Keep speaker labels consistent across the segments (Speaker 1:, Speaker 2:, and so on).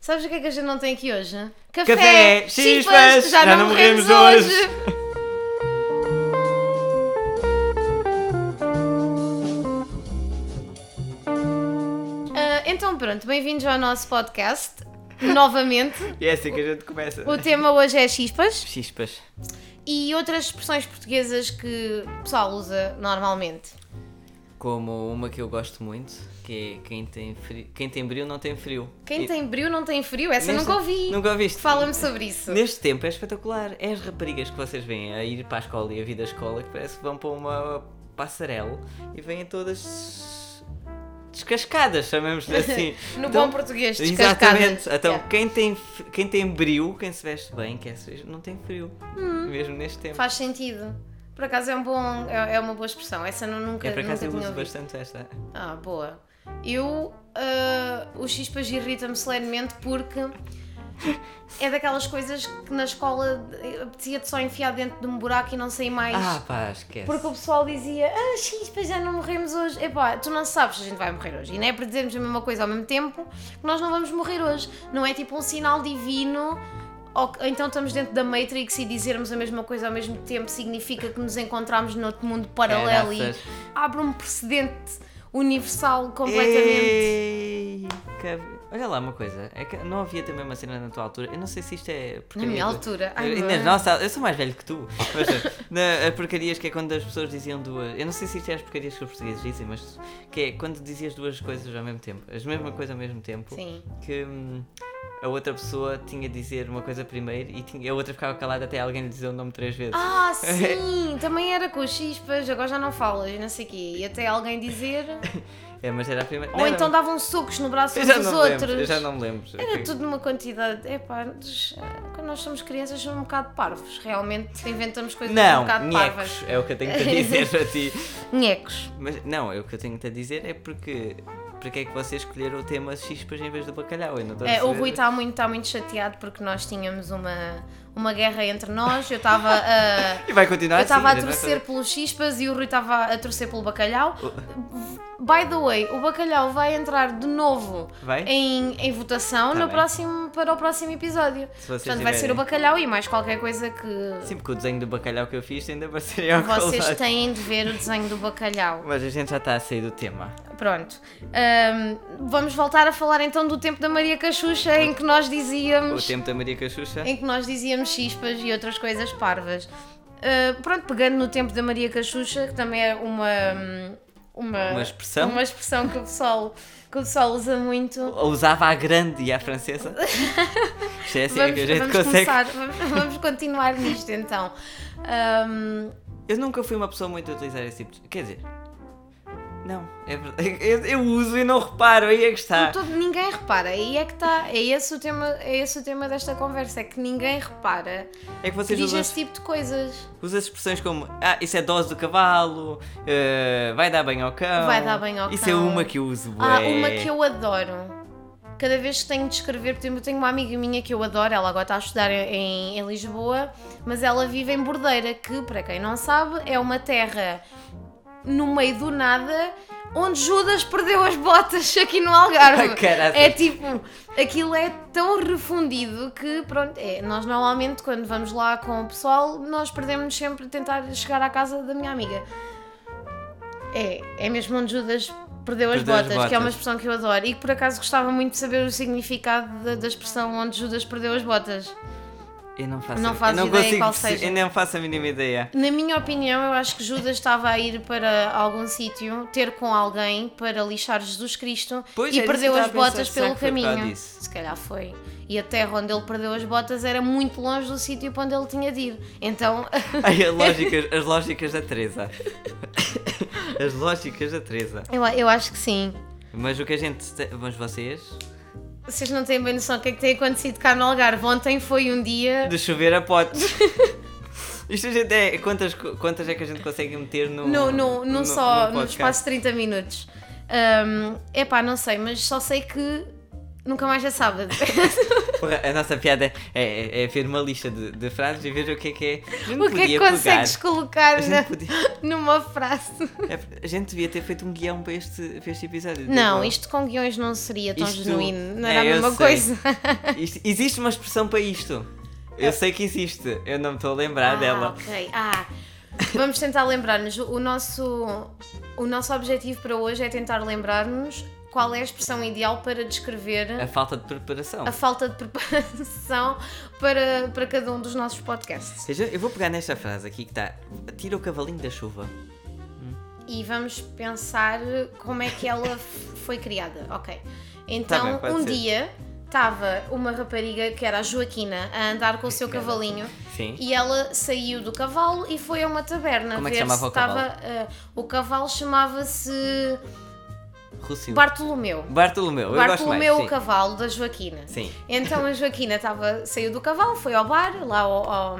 Speaker 1: Sabes o que é que a gente não tem aqui hoje?
Speaker 2: Café, chispas, já não morremos hoje.
Speaker 1: Ah, então pronto, bem-vindos ao nosso podcast, novamente.
Speaker 2: E é assim que a gente começa.
Speaker 1: O tema hoje é chispas
Speaker 2: Chispas.
Speaker 1: e outras expressões portuguesas que o pessoal usa normalmente.
Speaker 2: Como uma que eu gosto muito, que é quem tem frio, quem tem brilho não tem frio.
Speaker 1: Quem
Speaker 2: E-
Speaker 1: tem brio não tem frio, essa eu
Speaker 2: neste-
Speaker 1: nunca ouvi.
Speaker 2: Nunca ouviste?
Speaker 1: Fala-me sobre isso.
Speaker 2: Neste tempo é espetacular. É as raparigas que vocês veem a ir para a escola e a vir da escola que parece que vão para uma passarela e vêm todas descascadas, chamemos assim.
Speaker 1: No
Speaker 2: Então-
Speaker 1: bom português, descascadas.
Speaker 2: Exatamente. Então,
Speaker 1: Yeah.
Speaker 2: quem, tem, f- quem tem brilho, quem se veste bem, quem se, não tem frio.
Speaker 1: Hum.
Speaker 2: Mesmo neste tempo.
Speaker 1: Faz sentido. Por acaso é, um bom, é, é uma boa expressão. Essa eu nunca,
Speaker 2: É por acaso
Speaker 1: um nunca tinha
Speaker 2: eu uso
Speaker 1: ouvido.
Speaker 2: bastante esta.
Speaker 1: Ah, boa. Eu, ah, o Chispas irrita-me solenemente porque é daquelas coisas que na escola eh, apetecia-te só enfiar dentro de um buraco e não sair mais.
Speaker 2: Ah, pá, esquece.
Speaker 1: Porque o pessoal dizia, ah, Chispas, já não morremos hoje. Epá, tu não sabes se a gente vai morrer hoje. E não é para dizermos a mesma coisa ao mesmo tempo que nós não vamos morrer hoje. Não é tipo um sinal divino. Ou que- ou então estamos dentro da Matrix e dizermos a mesma coisa ao mesmo tempo significa que nos encontramos noutro mundo paralelo e
Speaker 2: Caraças.
Speaker 1: abre um precedente universal completamente.
Speaker 2: Ei, que- Olha lá uma coisa, é que não havia também uma cena na tua altura. Eu não sei se isto é. porcaria
Speaker 1: minha
Speaker 2: do-
Speaker 1: altura? Ai,
Speaker 2: E
Speaker 1: não
Speaker 2: na
Speaker 1: é?
Speaker 2: nossa, eu sou mais velho que tu. Mas na, a porcarias que é quando as pessoas diziam duas. Eu não sei se isto é as porcarias que os portugueses dizem, mas que é quando dizias duas coisas ao mesmo tempo, as mesma coisa ao mesmo tempo.
Speaker 1: Sim.
Speaker 2: Que hum, a outra pessoa tinha de dizer uma coisa primeiro e tinha- a outra ficava calada até alguém lhe dizer o nome três vezes.
Speaker 1: Ah, sim! Também era com os chispas, agora já não falas e não sei o quê. E até alguém dizer.
Speaker 2: É, mas era a primeira.
Speaker 1: Ou
Speaker 2: Não,
Speaker 1: então
Speaker 2: não,
Speaker 1: davam socos no braço
Speaker 2: eu
Speaker 1: uns
Speaker 2: já
Speaker 1: dos
Speaker 2: não me
Speaker 1: outros.
Speaker 2: lembro, eu já não me lembro.
Speaker 1: Era tudo numa quantidade. Epá, des- quando nós somos crianças somos um bocado parvos. Realmente inventamos coisas um
Speaker 2: Não,
Speaker 1: bocado
Speaker 2: nhecos,
Speaker 1: parvas.
Speaker 2: é o que eu tenho que te dizer para ti.
Speaker 1: Nhecos.
Speaker 2: Mas não, é o que eu tenho te a dizer é porque porque é que vocês escolheram o tema chispas em vez do bacalhau? Eu não estou a
Speaker 1: É, o
Speaker 2: perceber.
Speaker 1: Rui está muito, tá muito chateado porque nós tínhamos uma, uma guerra entre nós. Eu estava eh, a.
Speaker 2: E vai continuar
Speaker 1: Eu estava
Speaker 2: assim,
Speaker 1: a
Speaker 2: não é?
Speaker 1: torcer pelos chispas e o Rui estava a torcer pelo bacalhau. By the way, o bacalhau vai entrar de novo
Speaker 2: Vai?
Speaker 1: Em, em votação
Speaker 2: Tá
Speaker 1: no
Speaker 2: bem.
Speaker 1: próximo, para o próximo episódio.
Speaker 2: Se
Speaker 1: Portanto,
Speaker 2: vocês
Speaker 1: vai ser o
Speaker 2: tiverem-
Speaker 1: bacalhau e mais qualquer coisa que
Speaker 2: Sim, porque o desenho do bacalhau que eu fiz ainda vai ser ao
Speaker 1: vocês
Speaker 2: colado.
Speaker 1: têm de ver o desenho do bacalhau.
Speaker 2: Mas a gente já está a sair do tema.
Speaker 1: Pronto. Ahm, vamos voltar a falar então do tempo da Maria Cachucha em que nós
Speaker 2: O
Speaker 1: dizíamos
Speaker 2: tempo da Maria Cachucha.
Speaker 1: em que nós dizíamos chispas e outras coisas parvas. Ah, pronto, pegando no tempo da Maria Cachucha, que também é uma, hum, uma,
Speaker 2: Uma expressão?
Speaker 1: uma expressão que o pessoal, que o pessoal usa muito.
Speaker 2: Usava a grande e a francesa. Isto é assim é que a gente
Speaker 1: vamos
Speaker 2: consegue.
Speaker 1: começar, vamos, vamos continuar nisto então. Ahm,
Speaker 2: Eu nunca fui uma pessoa muito a utilizar esse tipo de. Quer dizer. Não, é verdade. Eu, eu uso e não reparo, aí é que está.
Speaker 1: todo- ninguém repara, aí é que está, é esse o tema, é esse o tema desta conversa, é que ninguém repara
Speaker 2: É que
Speaker 1: que
Speaker 2: vocês
Speaker 1: diz
Speaker 2: usam
Speaker 1: esse tipo de coisas.
Speaker 2: Usa expressões como Ah, isso é dose do cavalo, eh, vai dar bem ao cão.
Speaker 1: Vai dar bem ao
Speaker 2: Isso é
Speaker 1: cão.
Speaker 2: uma que eu uso.
Speaker 1: Há
Speaker 2: bué.
Speaker 1: Ah, uma que eu adoro. Cada vez que tenho de escrever, por exemplo, eu tenho uma amiga minha que eu adoro, ela agora está a estudar em, em Lisboa, mas ela vive em Bordeira, que, para quem não sabe, é uma terra no meio do nada onde Judas perdeu as botas aqui no Algarve.
Speaker 2: Ai, caraca.
Speaker 1: é tipo, aquilo é tão refundido que, pronto, é, nós normalmente quando vamos lá com o pessoal, nós perdemos sempre a tentar chegar à casa da minha amiga. É, é mesmo onde Judas perdeu as,
Speaker 2: Perdeu as
Speaker 1: botas, que é uma
Speaker 2: botas.
Speaker 1: expressão que eu adoro e que por acaso gostava muito de saber o significado da, da expressão onde Judas perdeu as botas.
Speaker 2: Eu não faço,
Speaker 1: Não
Speaker 2: a-
Speaker 1: faço
Speaker 2: eu não
Speaker 1: ideia
Speaker 2: consigo,
Speaker 1: qual
Speaker 2: perce-
Speaker 1: seja.
Speaker 2: Eu não faço a mínima ideia.
Speaker 1: Na minha opinião, eu acho que Judas estava a ir para algum sítio, ter com alguém para lixar Jesus Cristo
Speaker 2: Pois,
Speaker 1: e
Speaker 2: era isso
Speaker 1: perdeu
Speaker 2: que eu
Speaker 1: as
Speaker 2: estava a
Speaker 1: botas
Speaker 2: pensar,
Speaker 1: pelo
Speaker 2: será que foi por causa
Speaker 1: caminho.
Speaker 2: disso?
Speaker 1: Se calhar foi. E a terra onde ele perdeu as botas era muito longe do sítio para onde ele tinha de ir. Então,
Speaker 2: Ai, as, lógicas, as lógicas da Teresa. As lógicas da Teresa.
Speaker 1: eu, eu acho que sim.
Speaker 2: Mas o que a gente. te- Mas vocês.
Speaker 1: Vocês não têm bem noção do que é que tem acontecido cá no Algarve. Ontem foi um dia.
Speaker 2: De chover a potes. Isto a gente é. Quantas, co- quantas é que a gente consegue meter no.
Speaker 1: No, no, num só,
Speaker 2: no
Speaker 1: no
Speaker 2: podcast?
Speaker 1: espaço de 30 minutos. É epá, não sei, mas só sei que Nunca mais é sábado.
Speaker 2: Porra, a nossa piada é, é ver uma lista de, de frases e ver o que é que é. A gente
Speaker 1: o que é que
Speaker 2: podia pegar-
Speaker 1: consegues colocar
Speaker 2: A
Speaker 1: na-
Speaker 2: gente, podia,
Speaker 1: numa frase?
Speaker 2: é, a gente devia ter feito um guião para este, para este episódio.
Speaker 1: Não,
Speaker 2: Tipo,
Speaker 1: isto com guiões não seria tão
Speaker 2: Isto-
Speaker 1: genuíno. Não
Speaker 2: é,
Speaker 1: era a
Speaker 2: eu
Speaker 1: mesma
Speaker 2: sei.
Speaker 1: coisa.
Speaker 2: isto- Existe uma expressão para isto. Eu sei que existe. Eu não me estou a lembrar dela.
Speaker 1: Ah, ok. Ah, vamos tentar lembrar-nos. O nosso, o nosso objetivo para hoje é tentar lembrar-nos qual é a expressão ideal para
Speaker 2: A
Speaker 1: descrever
Speaker 2: falta de preparação.
Speaker 1: a falta de preparação para, para cada um dos nossos podcasts.
Speaker 2: Seja, eu vou pegar nesta frase aqui que está: Tira o cavalinho da chuva.
Speaker 1: E vamos pensar como é que ela f- foi criada. Ok. Então,
Speaker 2: Tá bem, pode
Speaker 1: um
Speaker 2: ser.
Speaker 1: dia estava uma rapariga que era a Joaquina a andar com o seu cavalinho.
Speaker 2: Sim.
Speaker 1: E ela saiu do cavalo e foi a uma taberna
Speaker 2: Como é
Speaker 1: ver
Speaker 2: que chamava
Speaker 1: se
Speaker 2: o cavalo?
Speaker 1: estava. eh, o cavalo chamava-se
Speaker 2: Rússio.
Speaker 1: Bartolomeu.
Speaker 2: Bartolomeu. Eu gosto mais.
Speaker 1: Bartolomeu,
Speaker 2: sim.
Speaker 1: o cavalo da Joaquina.
Speaker 2: Sim.
Speaker 1: Então a Joaquina tava, saiu do cavalo, foi ao bar, lá ao, ao-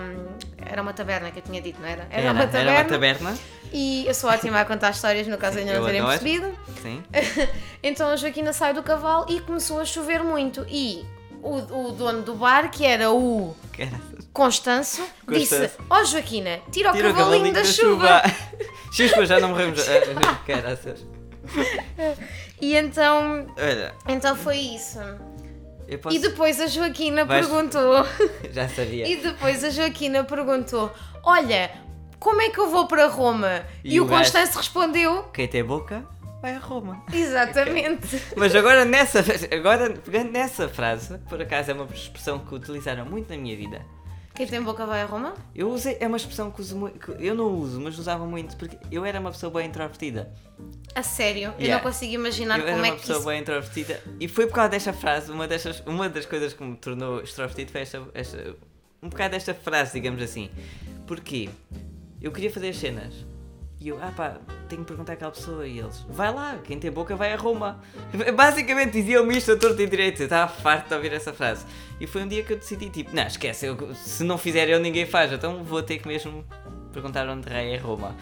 Speaker 1: Era uma taberna que eu tinha dito, não era? Era, uma taberna.
Speaker 2: Era uma taberna.
Speaker 1: E eu sou ótima a contar histórias, no caso ainda
Speaker 2: Eu
Speaker 1: não é? terem
Speaker 2: adoro.
Speaker 1: percebido.
Speaker 2: Sim.
Speaker 1: Então a Joaquina sai do cavalo e começou a chover muito. E o- o dono do bar, que era o.
Speaker 2: Caraças.
Speaker 1: Constanço, disse:
Speaker 2: Constanço.
Speaker 1: Ó Joaquina, tira o
Speaker 2: Tira
Speaker 1: cavalinho, da, chuva.
Speaker 2: chuva. Chispa, já não morremos. Ah, Caraças.
Speaker 1: E então,
Speaker 2: Olha,
Speaker 1: então foi isso.
Speaker 2: eu posso.
Speaker 1: E depois a Joaquina
Speaker 2: Vais-
Speaker 1: perguntou:
Speaker 2: Já sabia.
Speaker 1: E depois a Joaquina perguntou: Olha, como é que eu vou para Roma? E,
Speaker 2: E
Speaker 1: o
Speaker 2: o gajo-
Speaker 1: Constanço respondeu:
Speaker 2: Quem tem boca vai a Roma.
Speaker 1: Exatamente.
Speaker 2: Mas agora nessa, agora pegando nessa frase, por acaso é uma expressão que utilizaram muito na minha vida.
Speaker 1: Quem tem boca vai a Roma?
Speaker 2: Eu usei, é uma expressão que uso muito, que eu não uso, mas usava muito porque eu era uma pessoa bem introvertida.
Speaker 1: A sério, eu não
Speaker 2: Yeah.
Speaker 1: consigo imaginar
Speaker 2: Eu era
Speaker 1: como
Speaker 2: uma
Speaker 1: é que
Speaker 2: pessoa
Speaker 1: isso.
Speaker 2: bem introvertida e foi por causa desta frase, uma, destas, uma das coisas que me tornou extrovertido foi esta, esta- um bocado esta frase, digamos assim. Porque eu queria fazer as cenas e eu, ah pá, tenho que perguntar àquela pessoa e eles, vai lá, quem tem boca vai a Roma. Basicamente diziam-me isto a torto e direito, eu estava farto de ouvir essa frase. E foi um dia que eu decidi, tipo, não, esquece, eu- se não fizer eu ninguém faz, então vou ter que mesmo perguntar onde raio é Roma.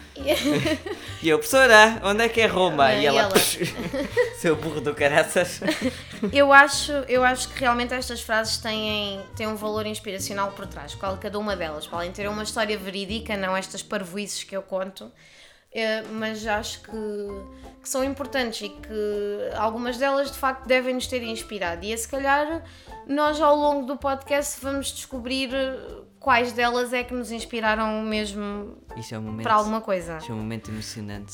Speaker 2: E eu, professora, onde é que é Roma?
Speaker 1: Ah,
Speaker 2: E
Speaker 1: e
Speaker 2: ela,
Speaker 1: ela-
Speaker 2: seu burro do caraças.
Speaker 1: Eu acho, eu acho que realmente estas frases têm, têm um valor inspiracional por trás, qual- cada uma delas. Podem ter uma história verídica, não estas parvoices que eu conto, eh, mas acho que, que são importantes e que algumas delas de facto devem nos ter inspirado. E eh, se calhar nós ao longo do podcast vamos descobrir eh, quais delas é que nos inspiraram mesmo
Speaker 2: Isto é um momento,
Speaker 1: para alguma coisa.
Speaker 2: isto é um momento emocionante.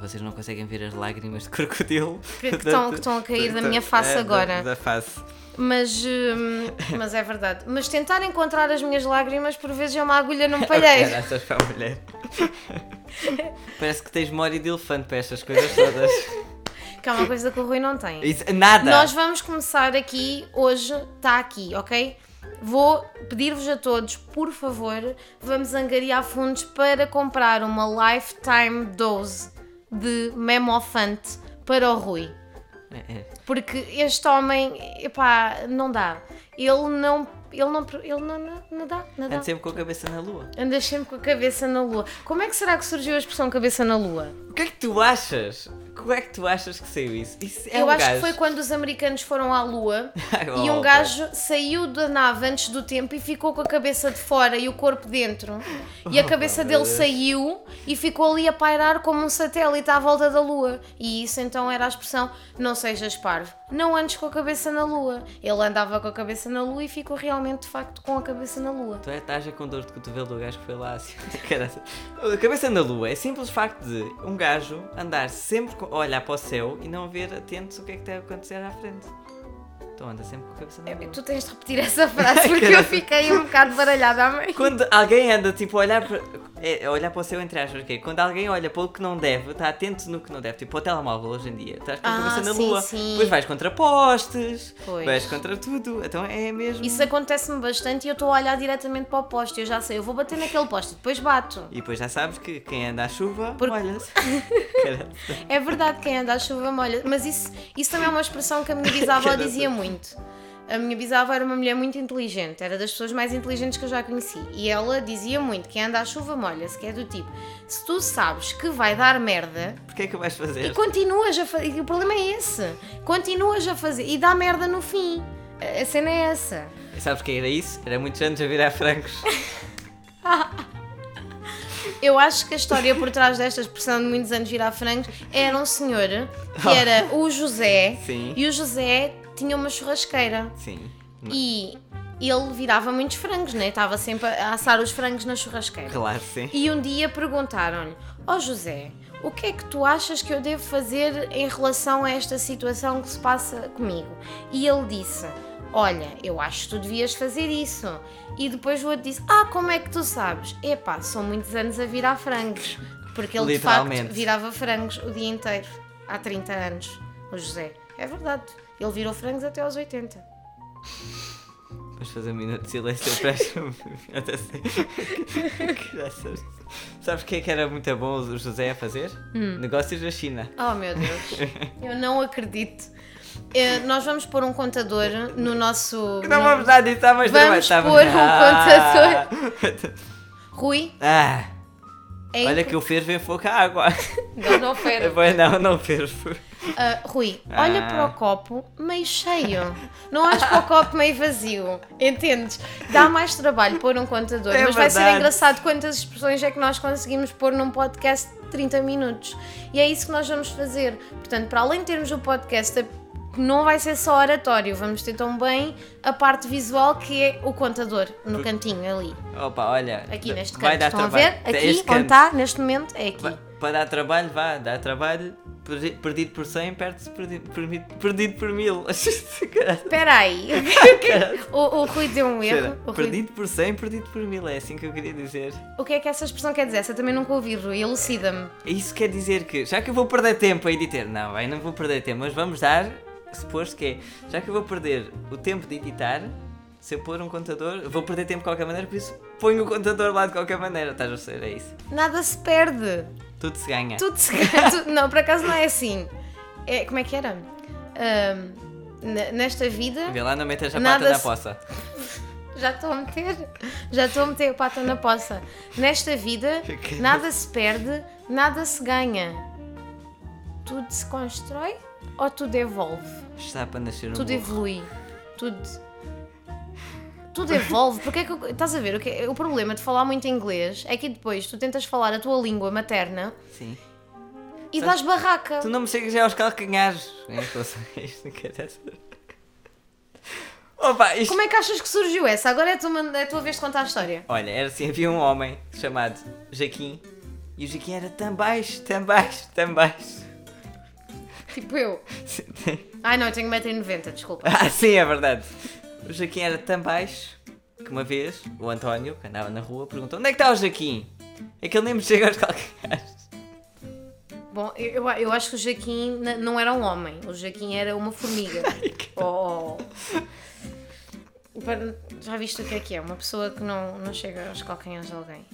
Speaker 2: Vocês não conseguem ver as lágrimas de crocodilo
Speaker 1: Que- que estão- que estão a cair da minha face
Speaker 2: É, da-
Speaker 1: agora.
Speaker 2: Da, face.
Speaker 1: Mas, hum, mas é verdade. Mas tentar encontrar as minhas lágrimas por vezes é uma agulha num palheiro.
Speaker 2: Caraças para a mulher. Parece que tens memória de elefante para estas coisas todas.
Speaker 1: Que é uma coisa que o Rui não tem.
Speaker 2: Isso- é nada!
Speaker 1: Nós vamos começar aqui, hoje está aqui, ok? Vou pedir-vos a todos, por favor, vamos angariar fundos para comprar uma lifetime dose de memofante para o Rui.
Speaker 2: É, é.
Speaker 1: Porque este homem, epá, não dá. Ele não, ele não, ele não, não, não dá, não dá.
Speaker 2: Ando sempre com a cabeça na lua.
Speaker 1: Andas sempre com a cabeça na lua. Como é que será que surgiu a expressão cabeça na lua?
Speaker 2: O que é que tu achas? Como é que tu achas que saiu isso? Isso é
Speaker 1: Eu
Speaker 2: um
Speaker 1: acho que
Speaker 2: gajo.
Speaker 1: foi quando os americanos foram à lua e
Speaker 2: Oh,
Speaker 1: um gajo saiu da nave antes do tempo e ficou com a cabeça de fora e o corpo dentro. E a cabeça
Speaker 2: Oh, meu
Speaker 1: dele
Speaker 2: Deus.
Speaker 1: saiu e ficou ali a pairar como um satélite à volta da lua. E isso então era a expressão: não sejas parvo, não andes com a cabeça na lua. Ele andava com a cabeça na lua e ficou realmente de facto com a cabeça na lua.
Speaker 2: Tu é- estás já com dor de cotovelo do gajo que foi lá assim. Caraca. A cabeça na lua é simples facto de um gajo andar sempre com- a olhar para o céu e não ver atentos o que é que está a acontecer à frente. Então É anda sempre com a cabeça na lua.
Speaker 1: É, Tu tens de repetir essa frase porque eu fiquei um bocado baralhada à meio.
Speaker 2: Quando alguém anda tipo a olhar para. é, a olhar para o céu entre aspas, ok? Quando alguém olha para o que não deve, está atento no que não deve, tipo o telemóvel hoje em dia, estás com a
Speaker 1: Ah,
Speaker 2: cabeça na
Speaker 1: sim,
Speaker 2: lua,
Speaker 1: sim.
Speaker 2: depois vais contra postes,
Speaker 1: Pois.
Speaker 2: vais contra tudo, então é mesmo.
Speaker 1: Isso acontece-me bastante e eu estou a olhar diretamente para o poste. Eu já sei, eu vou bater naquele poste, depois bato.
Speaker 2: E depois já sabes que quem anda à chuva,
Speaker 1: Porque-
Speaker 2: olha-se. Caraca.
Speaker 1: É verdade, quem anda à chuva molha. Mas isso, isso também é uma expressão que a minha bisavó
Speaker 2: Quero
Speaker 1: dizia muito. A minha bisavó era uma mulher muito inteligente, era das pessoas mais inteligentes que eu já conheci. E ela dizia muito: quem anda à chuva molha-se, que é do tipo: se tu sabes que vai dar merda,
Speaker 2: Porquê é que vais
Speaker 1: e
Speaker 2: fazer?
Speaker 1: continuas a fazer. O problema é esse: continuas a fazer e dá merda no fim. A a cena é essa.
Speaker 2: E Sabes que era isso? Era muitos anos a virar francos.
Speaker 1: Eu acho que a história por trás desta expressão de muitos anos virar frangos era um senhor que era o José
Speaker 2: Sim.
Speaker 1: e o José tinha uma churrasqueira
Speaker 2: Sim.
Speaker 1: e ele virava muitos frangos, né? Estava sempre a assar os frangos na churrasqueira.
Speaker 2: Claro, sim.
Speaker 1: E um dia perguntaram-lhe: Ó José, o que é que tu achas que eu devo fazer em relação a esta situação que se passa comigo? E ele disse: Olha, eu acho que tu devias fazer isso. E depois o outro disse: Ah, como é que tu sabes? Epá, são muitos anos a virar frangos. Porque ele de facto
Speaker 2: Literalmente.
Speaker 1: virava frangos o dia inteiro, há 30 anos, o José. É verdade, ele virou frangos até aos 80.
Speaker 2: Vamos fazer um minuto de silêncio para esta até sei. Graças. Sabes o que é que era muito bom o José a fazer?
Speaker 1: Hum.
Speaker 2: Negócios da China.
Speaker 1: Oh meu Deus, eu não acredito. Eh, nós vamos pôr um contador no nosso.
Speaker 2: Não
Speaker 1: no-
Speaker 2: vamos dar disso, tá, está mais
Speaker 1: Vamos pôr um
Speaker 2: contador.
Speaker 1: Rui,
Speaker 2: Ah,
Speaker 1: é
Speaker 2: olha que o fervo enfoca a água.
Speaker 1: Não, não ferve.
Speaker 2: Pois não, não fervo.
Speaker 1: Ah, Rui, olha
Speaker 2: Ah.
Speaker 1: para o copo meio cheio. Não olhes para o copo meio vazio. Entendes? Dá mais trabalho pôr um contador,
Speaker 2: É
Speaker 1: mas vai ser
Speaker 2: verdade.
Speaker 1: engraçado quantas expressões é que nós conseguimos pôr num podcast de 30 minutos. E é isso que nós vamos fazer. Portanto, para além de termos o podcast, que não vai ser só oratório, vamos ter também a parte visual que é o contador no cantinho ali.
Speaker 2: Opa, olha.
Speaker 1: Aqui neste canto.
Speaker 2: vai dar
Speaker 1: Estão
Speaker 2: trabalho.
Speaker 1: a ver? Aqui,
Speaker 2: Este
Speaker 1: onde
Speaker 2: canto.
Speaker 1: está, neste momento, é aqui.
Speaker 2: Pa- Para dar trabalho, vá, dá trabalho. Perdi- Perdido por 100, perde-se perdido, por mil- perdido por mil. Caralho.
Speaker 1: Espera aí. o, o Rui deu um erro. O, Rui-
Speaker 2: Perdido por 100, perdido por mil. É assim que eu queria dizer.
Speaker 1: o que é que essa expressão quer dizer? Essa também nunca ouvi, Rui. Elucida-me.
Speaker 2: Isso quer dizer que, já que eu vou perder tempo a editar, não, bem, não vou perder tempo, mas vamos dar, supor-se que é, já que eu vou perder o tempo de editar, se eu pôr um contador, vou perder tempo de qualquer maneira, por isso ponho o contador lá de qualquer maneira, estás a perceber? É isso.
Speaker 1: Nada se perde.
Speaker 2: Tudo se ganha.
Speaker 1: Tudo se ganha. tu- Não, por acaso não é assim. É, como é que era? Ahm, n- nesta vida.
Speaker 2: Vê lá, não metas a
Speaker 1: Nada
Speaker 2: pata na
Speaker 1: se-
Speaker 2: poça.
Speaker 1: Já estou a meter. Já estou a meter a pata na poça. Nesta vida, nada se perde, nada se ganha. Tudo se constrói ou tudo evolve?
Speaker 2: Está para nascer um
Speaker 1: Tudo
Speaker 2: burro.
Speaker 1: evolui. Tudo. Tudo evolve. Porque é que. eu- Estás a ver? O, que é- o problema de falar muito inglês é que depois tu tentas falar a tua língua materna
Speaker 2: Sim.
Speaker 1: e dás barraca.
Speaker 2: Tu não me chegas já aos calcanhares. Nem consegues, não quero saber. Opa, isto...
Speaker 1: Como é que achas que surgiu essa? Agora é a tua, é a tua vez de contar a história.
Speaker 2: Olha, era assim, havia um homem chamado Jaquim e o Jaquim era tão baixo, tão baixo, tão baixo.
Speaker 1: Tipo eu. Ai não, eu tenho 1,90m, desculpa.
Speaker 2: ah, sim, é verdade. O Jaquim era tão baixo que uma vez o António, que andava na rua, perguntou onde é que está o Jaquim? É que ele nem me chega aos calcanhares.
Speaker 1: Bom, eu, eu- eu acho que o Jaquim n- não era um homem. O Jaquim era uma formiga. oh. Para- Já viste o que é que é? Uma pessoa que não, não chega aos calcanhares de alguém.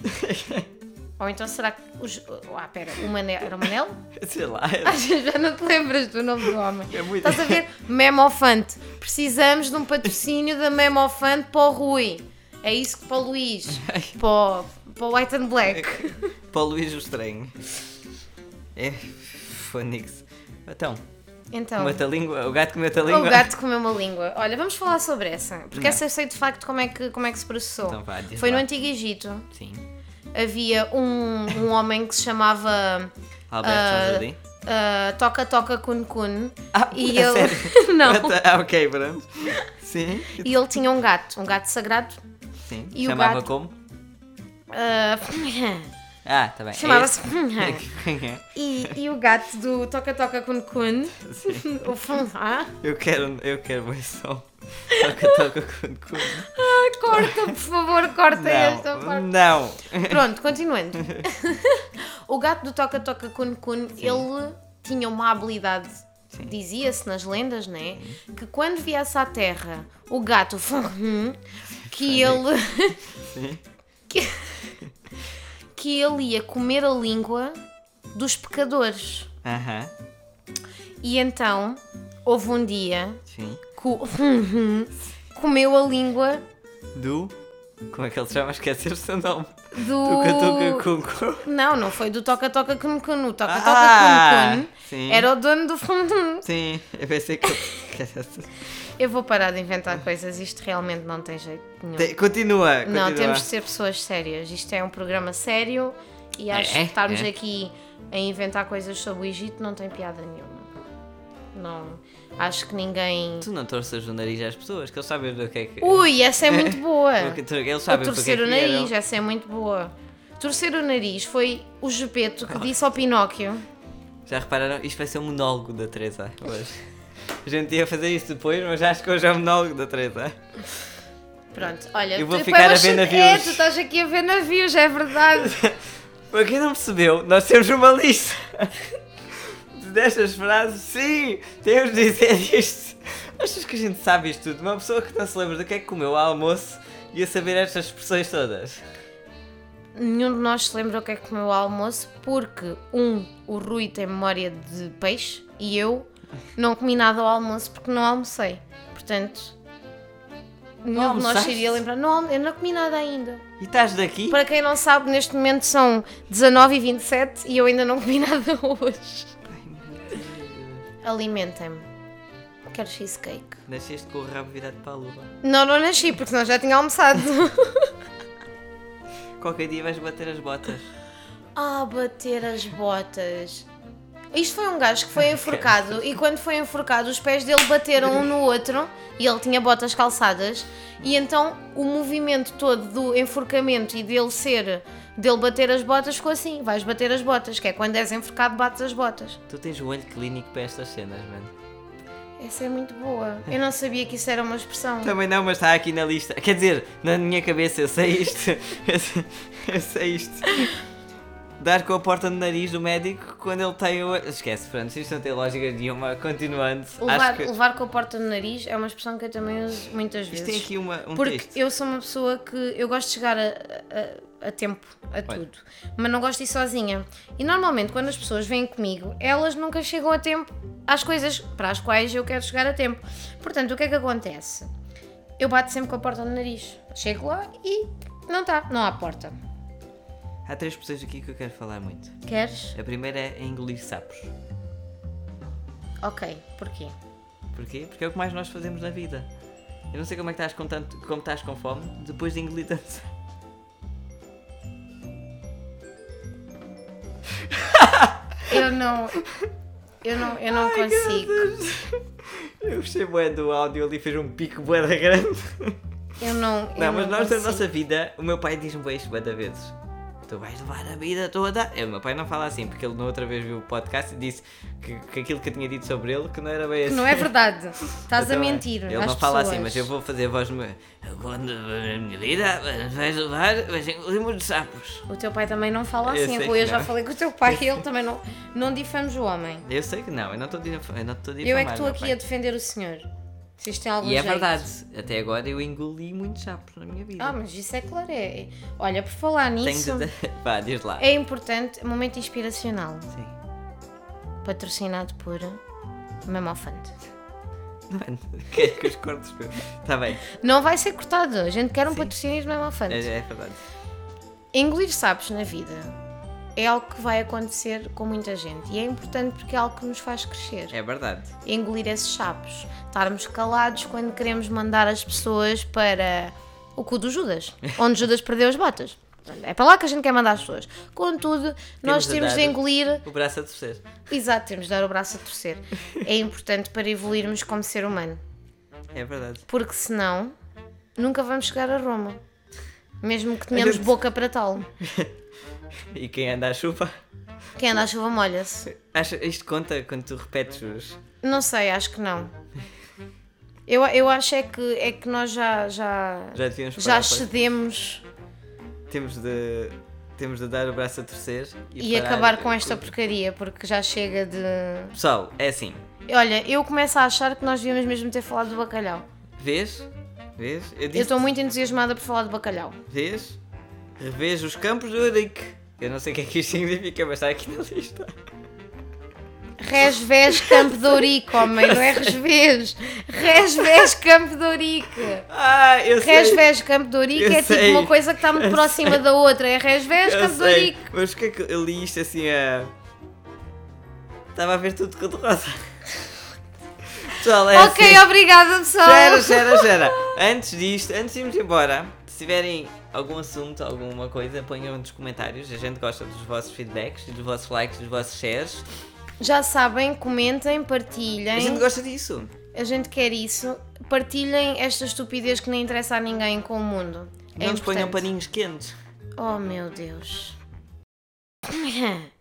Speaker 1: Ou então será que. Os... Ah, pera, o Manel. Era o Manel?
Speaker 2: Sei lá.
Speaker 1: Às vezes já não te lembras do nome do homem.
Speaker 2: É muito-
Speaker 1: Estás a ver? Memofante. Precisamos de um patrocínio da Memofante para o Rui. É isso que para o Luís. Para o, para o White and Black.
Speaker 2: Para o Luís o Estranho. É. Fonix. Então,
Speaker 1: Então.
Speaker 2: mata a língua. O gato que mata a língua.
Speaker 1: O gato comeu uma língua. Olha, vamos falar sobre essa. Porque essa eu sei de facto como é que, como é que se processou.
Speaker 2: Então vá, diz
Speaker 1: Foi no
Speaker 2: lá.
Speaker 1: Antigo Egito.
Speaker 2: Sim.
Speaker 1: Havia um, um homem que se chamava.
Speaker 2: Alberto
Speaker 1: ah,
Speaker 2: São Jardim.
Speaker 1: ah, toca Toca Kun Kun.
Speaker 2: Ah,
Speaker 1: e
Speaker 2: é
Speaker 1: ele.
Speaker 2: sério?
Speaker 1: Não.
Speaker 2: Ah, ok, pronto. Sim.
Speaker 1: E ele tinha um gato, um gato sagrado.
Speaker 2: Sim.
Speaker 1: E o
Speaker 2: Chamava
Speaker 1: gato?
Speaker 2: como?
Speaker 1: Ah,
Speaker 2: Ah, tá bem. É
Speaker 1: Chamava-se-
Speaker 2: esse. Quem é?
Speaker 1: e, e o gato do Toca Toca Kun Kun.
Speaker 2: Sim.
Speaker 1: O fun- ah,
Speaker 2: Eu quero, eu quero mais som. Toca, toca, com- com-
Speaker 1: ah, corta, por favor, corta esta
Speaker 2: Não,
Speaker 1: parte.
Speaker 2: não.
Speaker 1: Pronto, continuando. o gato do Toca Toca Kun Kun, ele tinha uma habilidade, dizia-se nas lendas, né? Que quando viesse à Terra o gato fun- que ele.
Speaker 2: Sim.
Speaker 1: que, que ele ia comer a língua dos pecadores.
Speaker 2: Aham,
Speaker 1: E então houve um dia
Speaker 2: sim.
Speaker 1: que cu comeu a língua
Speaker 2: Do. Como é que ele se chama? Esquece o seu nome.
Speaker 1: do.
Speaker 2: Tuca Tuca Cucu.
Speaker 1: Não, não foi do Toca Toca Kun Kun. O Toca Toca
Speaker 2: Ah,
Speaker 1: Kun Kun
Speaker 2: sim.
Speaker 1: era o dono do fundo.
Speaker 2: Sim, eu pensei que. Esquece.
Speaker 1: Eu vou parar de inventar coisas, isto realmente não tem jeito nenhum.
Speaker 2: Te- Continua, continua.
Speaker 1: Não, temos de ser pessoas sérias. Isto é um programa sério e acho
Speaker 2: É,
Speaker 1: que estarmos
Speaker 2: é.
Speaker 1: aqui a inventar coisas sobre o Egito não tem piada nenhuma. Não. Acho que ninguém.
Speaker 2: Tu não torças o nariz às pessoas, que eles sabem do que é que.
Speaker 1: Ui, essa é muito boa!
Speaker 2: do que- Eles
Speaker 1: A
Speaker 2: sabem porque é
Speaker 1: torcer
Speaker 2: que
Speaker 1: o nariz,
Speaker 2: vieram.
Speaker 1: essa é muito boa. Torcer o nariz foi o Gepeto que disse ao Pinóquio.
Speaker 2: Já repararam? Isto vai ser um monólogo da Teresa hoje. A gente ia fazer isso depois, mas acho que hoje é um monólogo da Teresa.
Speaker 1: Pronto, olha,
Speaker 2: Eu vou
Speaker 1: tu-
Speaker 2: ficar
Speaker 1: pá,
Speaker 2: a
Speaker 1: mas
Speaker 2: ver
Speaker 1: tu- É,
Speaker 2: navios.
Speaker 1: tu estás aqui a ver navios, é verdade.
Speaker 2: Para quem não percebeu, nós temos uma lista destas frases. Sim, temos de dizer isto. Achas que a gente sabe isto tudo? Uma pessoa que não se lembra do que é que comeu ao almoço ia saber estas expressões todas.
Speaker 1: Nenhum de nós se lembra o que é que comeu ao almoço, porque um, o Rui tem memória de peixe e eu não comi nada ao almoço porque não almocei. Portanto, nenhum de nós
Speaker 2: almoçaste?
Speaker 1: seria lembrar. Não, almo- eu não comi nada ainda.
Speaker 2: E estás daqui?
Speaker 1: Para quem não sabe, neste momento são 19 e 27 e eu ainda não comi nada hoje. Alimentem-me. Quero cheesecake.
Speaker 2: Nasceste com o rabo virado para a lua.
Speaker 1: Não, não nasci, porque senão já tinha almoçado.
Speaker 2: Qualquer dia vais bater as botas.
Speaker 1: Ah, bater as botas. Isto foi um gajo que foi enforcado e quando foi enforcado os pés dele bateram um no outro e ele tinha botas calçadas e então o movimento todo do enforcamento e dele ser dele bater as botas ficou assim, vais bater as botas, que é quando és enforcado bates as botas.
Speaker 2: Tu tens um olho clínico para estas cenas, mano.
Speaker 1: Essa é muito boa. Eu não sabia que isso era uma expressão.
Speaker 2: Também não, mas está aqui na lista. Quer dizer, na minha cabeça eu sei isto. Eu sei, eu sei isto. Dar com a porta no nariz do médico quando ele tem o. Esquece, Francis, isto não tem lógica nenhuma. Continuando,
Speaker 1: Levar,
Speaker 2: acho que.
Speaker 1: levar com a porta no nariz é uma expressão que eu também uso muitas
Speaker 2: Isto
Speaker 1: vezes.
Speaker 2: tem aqui uma, um
Speaker 1: Porque
Speaker 2: texto.
Speaker 1: eu sou uma pessoa que eu gosto de chegar a, a- a tempo a tudo, mas não gosto de ir sozinha. E normalmente quando as pessoas vêm comigo, elas nunca chegam a tempo às coisas para as quais eu quero chegar a tempo. Portanto, o que é que acontece? Eu bato sempre com a porta no nariz. Chego lá e não está, não há porta.
Speaker 2: Há três pessoas aqui que eu quero falar muito.
Speaker 1: Queres?
Speaker 2: A primeira é engolir sapos.
Speaker 1: Ok, porquê?
Speaker 2: Porquê? Porque é o que mais nós fazemos na vida. Eu não sei como é que estás com tanto, como estás com fome depois de engolir tanto. sapo.
Speaker 1: Eu não. Eu não, eu não consigo.
Speaker 2: Eu gostei bué do áudio ali, fez um pico bué da grande.
Speaker 1: Eu não. eu
Speaker 2: Não, mas nós
Speaker 1: consigo.
Speaker 2: na nossa vida, o meu pai diz-me bué isto bué da vezes. Tu vais levar a vida toda. É, O meu pai não fala assim, porque ele na outra vez viu o podcast e disse que, que aquilo que eu tinha dito sobre ele, que não era bem
Speaker 1: Que
Speaker 2: assim.
Speaker 1: Não é verdade. Estás a
Speaker 2: Então, é,
Speaker 1: mentir.
Speaker 2: Ele
Speaker 1: às
Speaker 2: não fala
Speaker 1: pessoas.
Speaker 2: assim, mas eu vou fazer a voz do meu. Quando a minha vida, vais levar, vais engolir muitos sapos.
Speaker 1: O teu pai também não fala
Speaker 2: Eu
Speaker 1: assim,
Speaker 2: sei
Speaker 1: Rui. Eu
Speaker 2: que
Speaker 1: já
Speaker 2: não.
Speaker 1: falei com o teu pai, ele também não. Não difamos o homem.
Speaker 2: Eu sei que não, eu não estou a difamar. Eu, não estou a
Speaker 1: Eu é que
Speaker 2: difamar,
Speaker 1: estou
Speaker 2: meu
Speaker 1: aqui
Speaker 2: pai.
Speaker 1: a defender o senhor. Se isto tem algum
Speaker 2: E é
Speaker 1: jeito.
Speaker 2: verdade, até agora eu engoli muitos sapos na minha vida.
Speaker 1: Ah, mas isso é claro. é- Olha, por falar
Speaker 2: Tenho
Speaker 1: nisso,
Speaker 2: de... Vá, diz lá.
Speaker 1: é importante. Momento inspiracional.
Speaker 2: Sim.
Speaker 1: Patrocinado por Mamofante.
Speaker 2: Mano, que é que os cortes. Está bem,
Speaker 1: Não vai ser cortado. A gente quer um patrocínio de Mamofante.
Speaker 2: é, é verdade.
Speaker 1: Engolir sapos na vida é algo que vai acontecer com muita gente. E é importante porque é algo que nos faz crescer.
Speaker 2: É verdade.
Speaker 1: engolir esses sapos, estarmos calados quando queremos mandar as pessoas para o cu do Judas, onde Judas perdeu as botas. Portanto, É para lá que a gente quer mandar as pessoas. Contudo, nós
Speaker 2: de
Speaker 1: temos de
Speaker 2: dar-
Speaker 1: engolir,
Speaker 2: O braço a torcer.
Speaker 1: exato, temos de dar o braço a torcer. É importante para evoluirmos como ser humano,
Speaker 2: É verdade.
Speaker 1: porque senão nunca vamos chegar a Roma. Mesmo que tenhamos
Speaker 2: gente-
Speaker 1: boca para tal.
Speaker 2: E quem anda à chuva?
Speaker 1: Quem anda à chuva molha-se.
Speaker 2: Acha, isto conta quando tu repetes os.
Speaker 1: Não sei, acho que não. Eu, eu acho é que, é que nós já, já,
Speaker 2: Já devíamos
Speaker 1: já
Speaker 2: parar, pois.
Speaker 1: cedemos
Speaker 2: Temos de. Temos de dar o braço a torcer
Speaker 1: e,
Speaker 2: e, parar.
Speaker 1: acabar com esta porcaria, porque já chega de.
Speaker 2: Pessoal, é assim.
Speaker 1: Olha, eu começo a achar que nós devíamos mesmo ter falado do bacalhau.
Speaker 2: Vês? Vês? Eu
Speaker 1: Eu
Speaker 2: disse.
Speaker 1: estou muito entusiasmada por falar de bacalhau.
Speaker 2: Vês? Revês os campos do Urique. Eu não sei o que é que isto significa, mas está aqui na lista.
Speaker 1: Resvés Campo de Ourique, homem, não é Resvés. Resvés Campo de Ourique.
Speaker 2: Ah, eu sei.
Speaker 1: Resvés Campo de Ourique
Speaker 2: Eu
Speaker 1: é
Speaker 2: sei.
Speaker 1: tipo uma coisa que está muito
Speaker 2: Eu
Speaker 1: próxima da outra. É Resvés
Speaker 2: Eu
Speaker 1: Campo de
Speaker 2: sei,
Speaker 1: Ourique.
Speaker 2: mas o que é que eu li isto assim a. Estava a ver tudo de cor-de-rosa. Pessoal, é
Speaker 1: Ok,
Speaker 2: assim.
Speaker 1: obrigada pessoal.
Speaker 2: Gera, gera, gera. Antes disto, antes de irmos embora, se tiverem algum assunto, alguma coisa, ponham nos comentários. A gente gosta dos vossos feedbacks, dos vossos likes, dos vossos shares.
Speaker 1: Já sabem, comentem, partilhem.
Speaker 2: A gente gosta disso.
Speaker 1: A gente quer isso. Partilhem esta estupidez que nem interessa a ninguém com o mundo. É
Speaker 2: Não nos ponham
Speaker 1: importante.
Speaker 2: paninhos quentes.
Speaker 1: Oh meu Deus.